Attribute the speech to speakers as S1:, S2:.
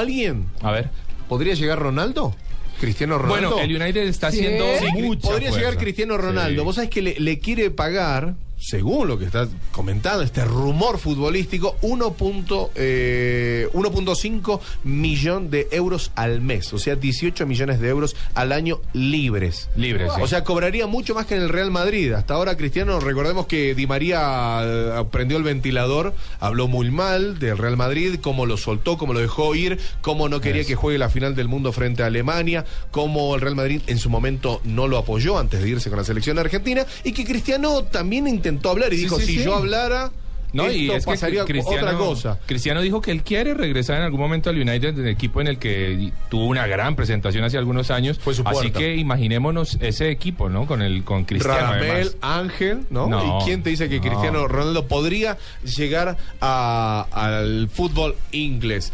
S1: ¿Alguien?
S2: A ver.
S1: ¿Podría llegar Ronaldo? ¿Cristiano Ronaldo?
S2: Bueno, el United está
S1: Sí,
S2: haciendo
S1: Cri-
S2: mucha
S1: Podría
S2: fuerza.
S1: llegar Cristiano Ronaldo.
S2: Sí.
S1: Vos sabés que le, le quiere pagar, según lo que está comentado, este rumor futbolístico, eh, 1.5 millón de euros al mes. O sea, 18 millones de euros al año libres.
S2: Libres, sí.
S1: O sea, cobraría mucho más que en el Real Madrid. Hasta ahora, Cristiano, recordemos que Di María eh, prendió el ventilador, habló muy mal del Real Madrid, cómo lo soltó, cómo lo dejó ir, cómo no quería
S2: Eso.
S1: que juegue la final del mundo frente a Alemania, cómo el Real Madrid en su momento no lo apoyó antes de irse con la selección argentina, y que Cristiano también intentó hablar y
S2: Sí,
S1: dijo,
S2: sí,
S1: si
S2: sí.
S1: yo hablara,
S2: No, y
S1: esto
S2: es que
S1: pasaría
S2: Cristiano,
S1: otra cosa.
S2: Cristiano dijo que él quiere regresar en algún momento al United, el equipo en el que tuvo una gran presentación hace algunos años.
S1: Fue su
S2: Así
S1: puerta.
S2: que imaginémonos ese equipo, ¿no? Con el con Cristiano.
S1: Radamel,
S2: además.
S1: Ángel, ¿no?
S2: No,
S1: ¿Y quién te dice que
S2: no.
S1: Cristiano Ronaldo podría llegar a- al fútbol inglés?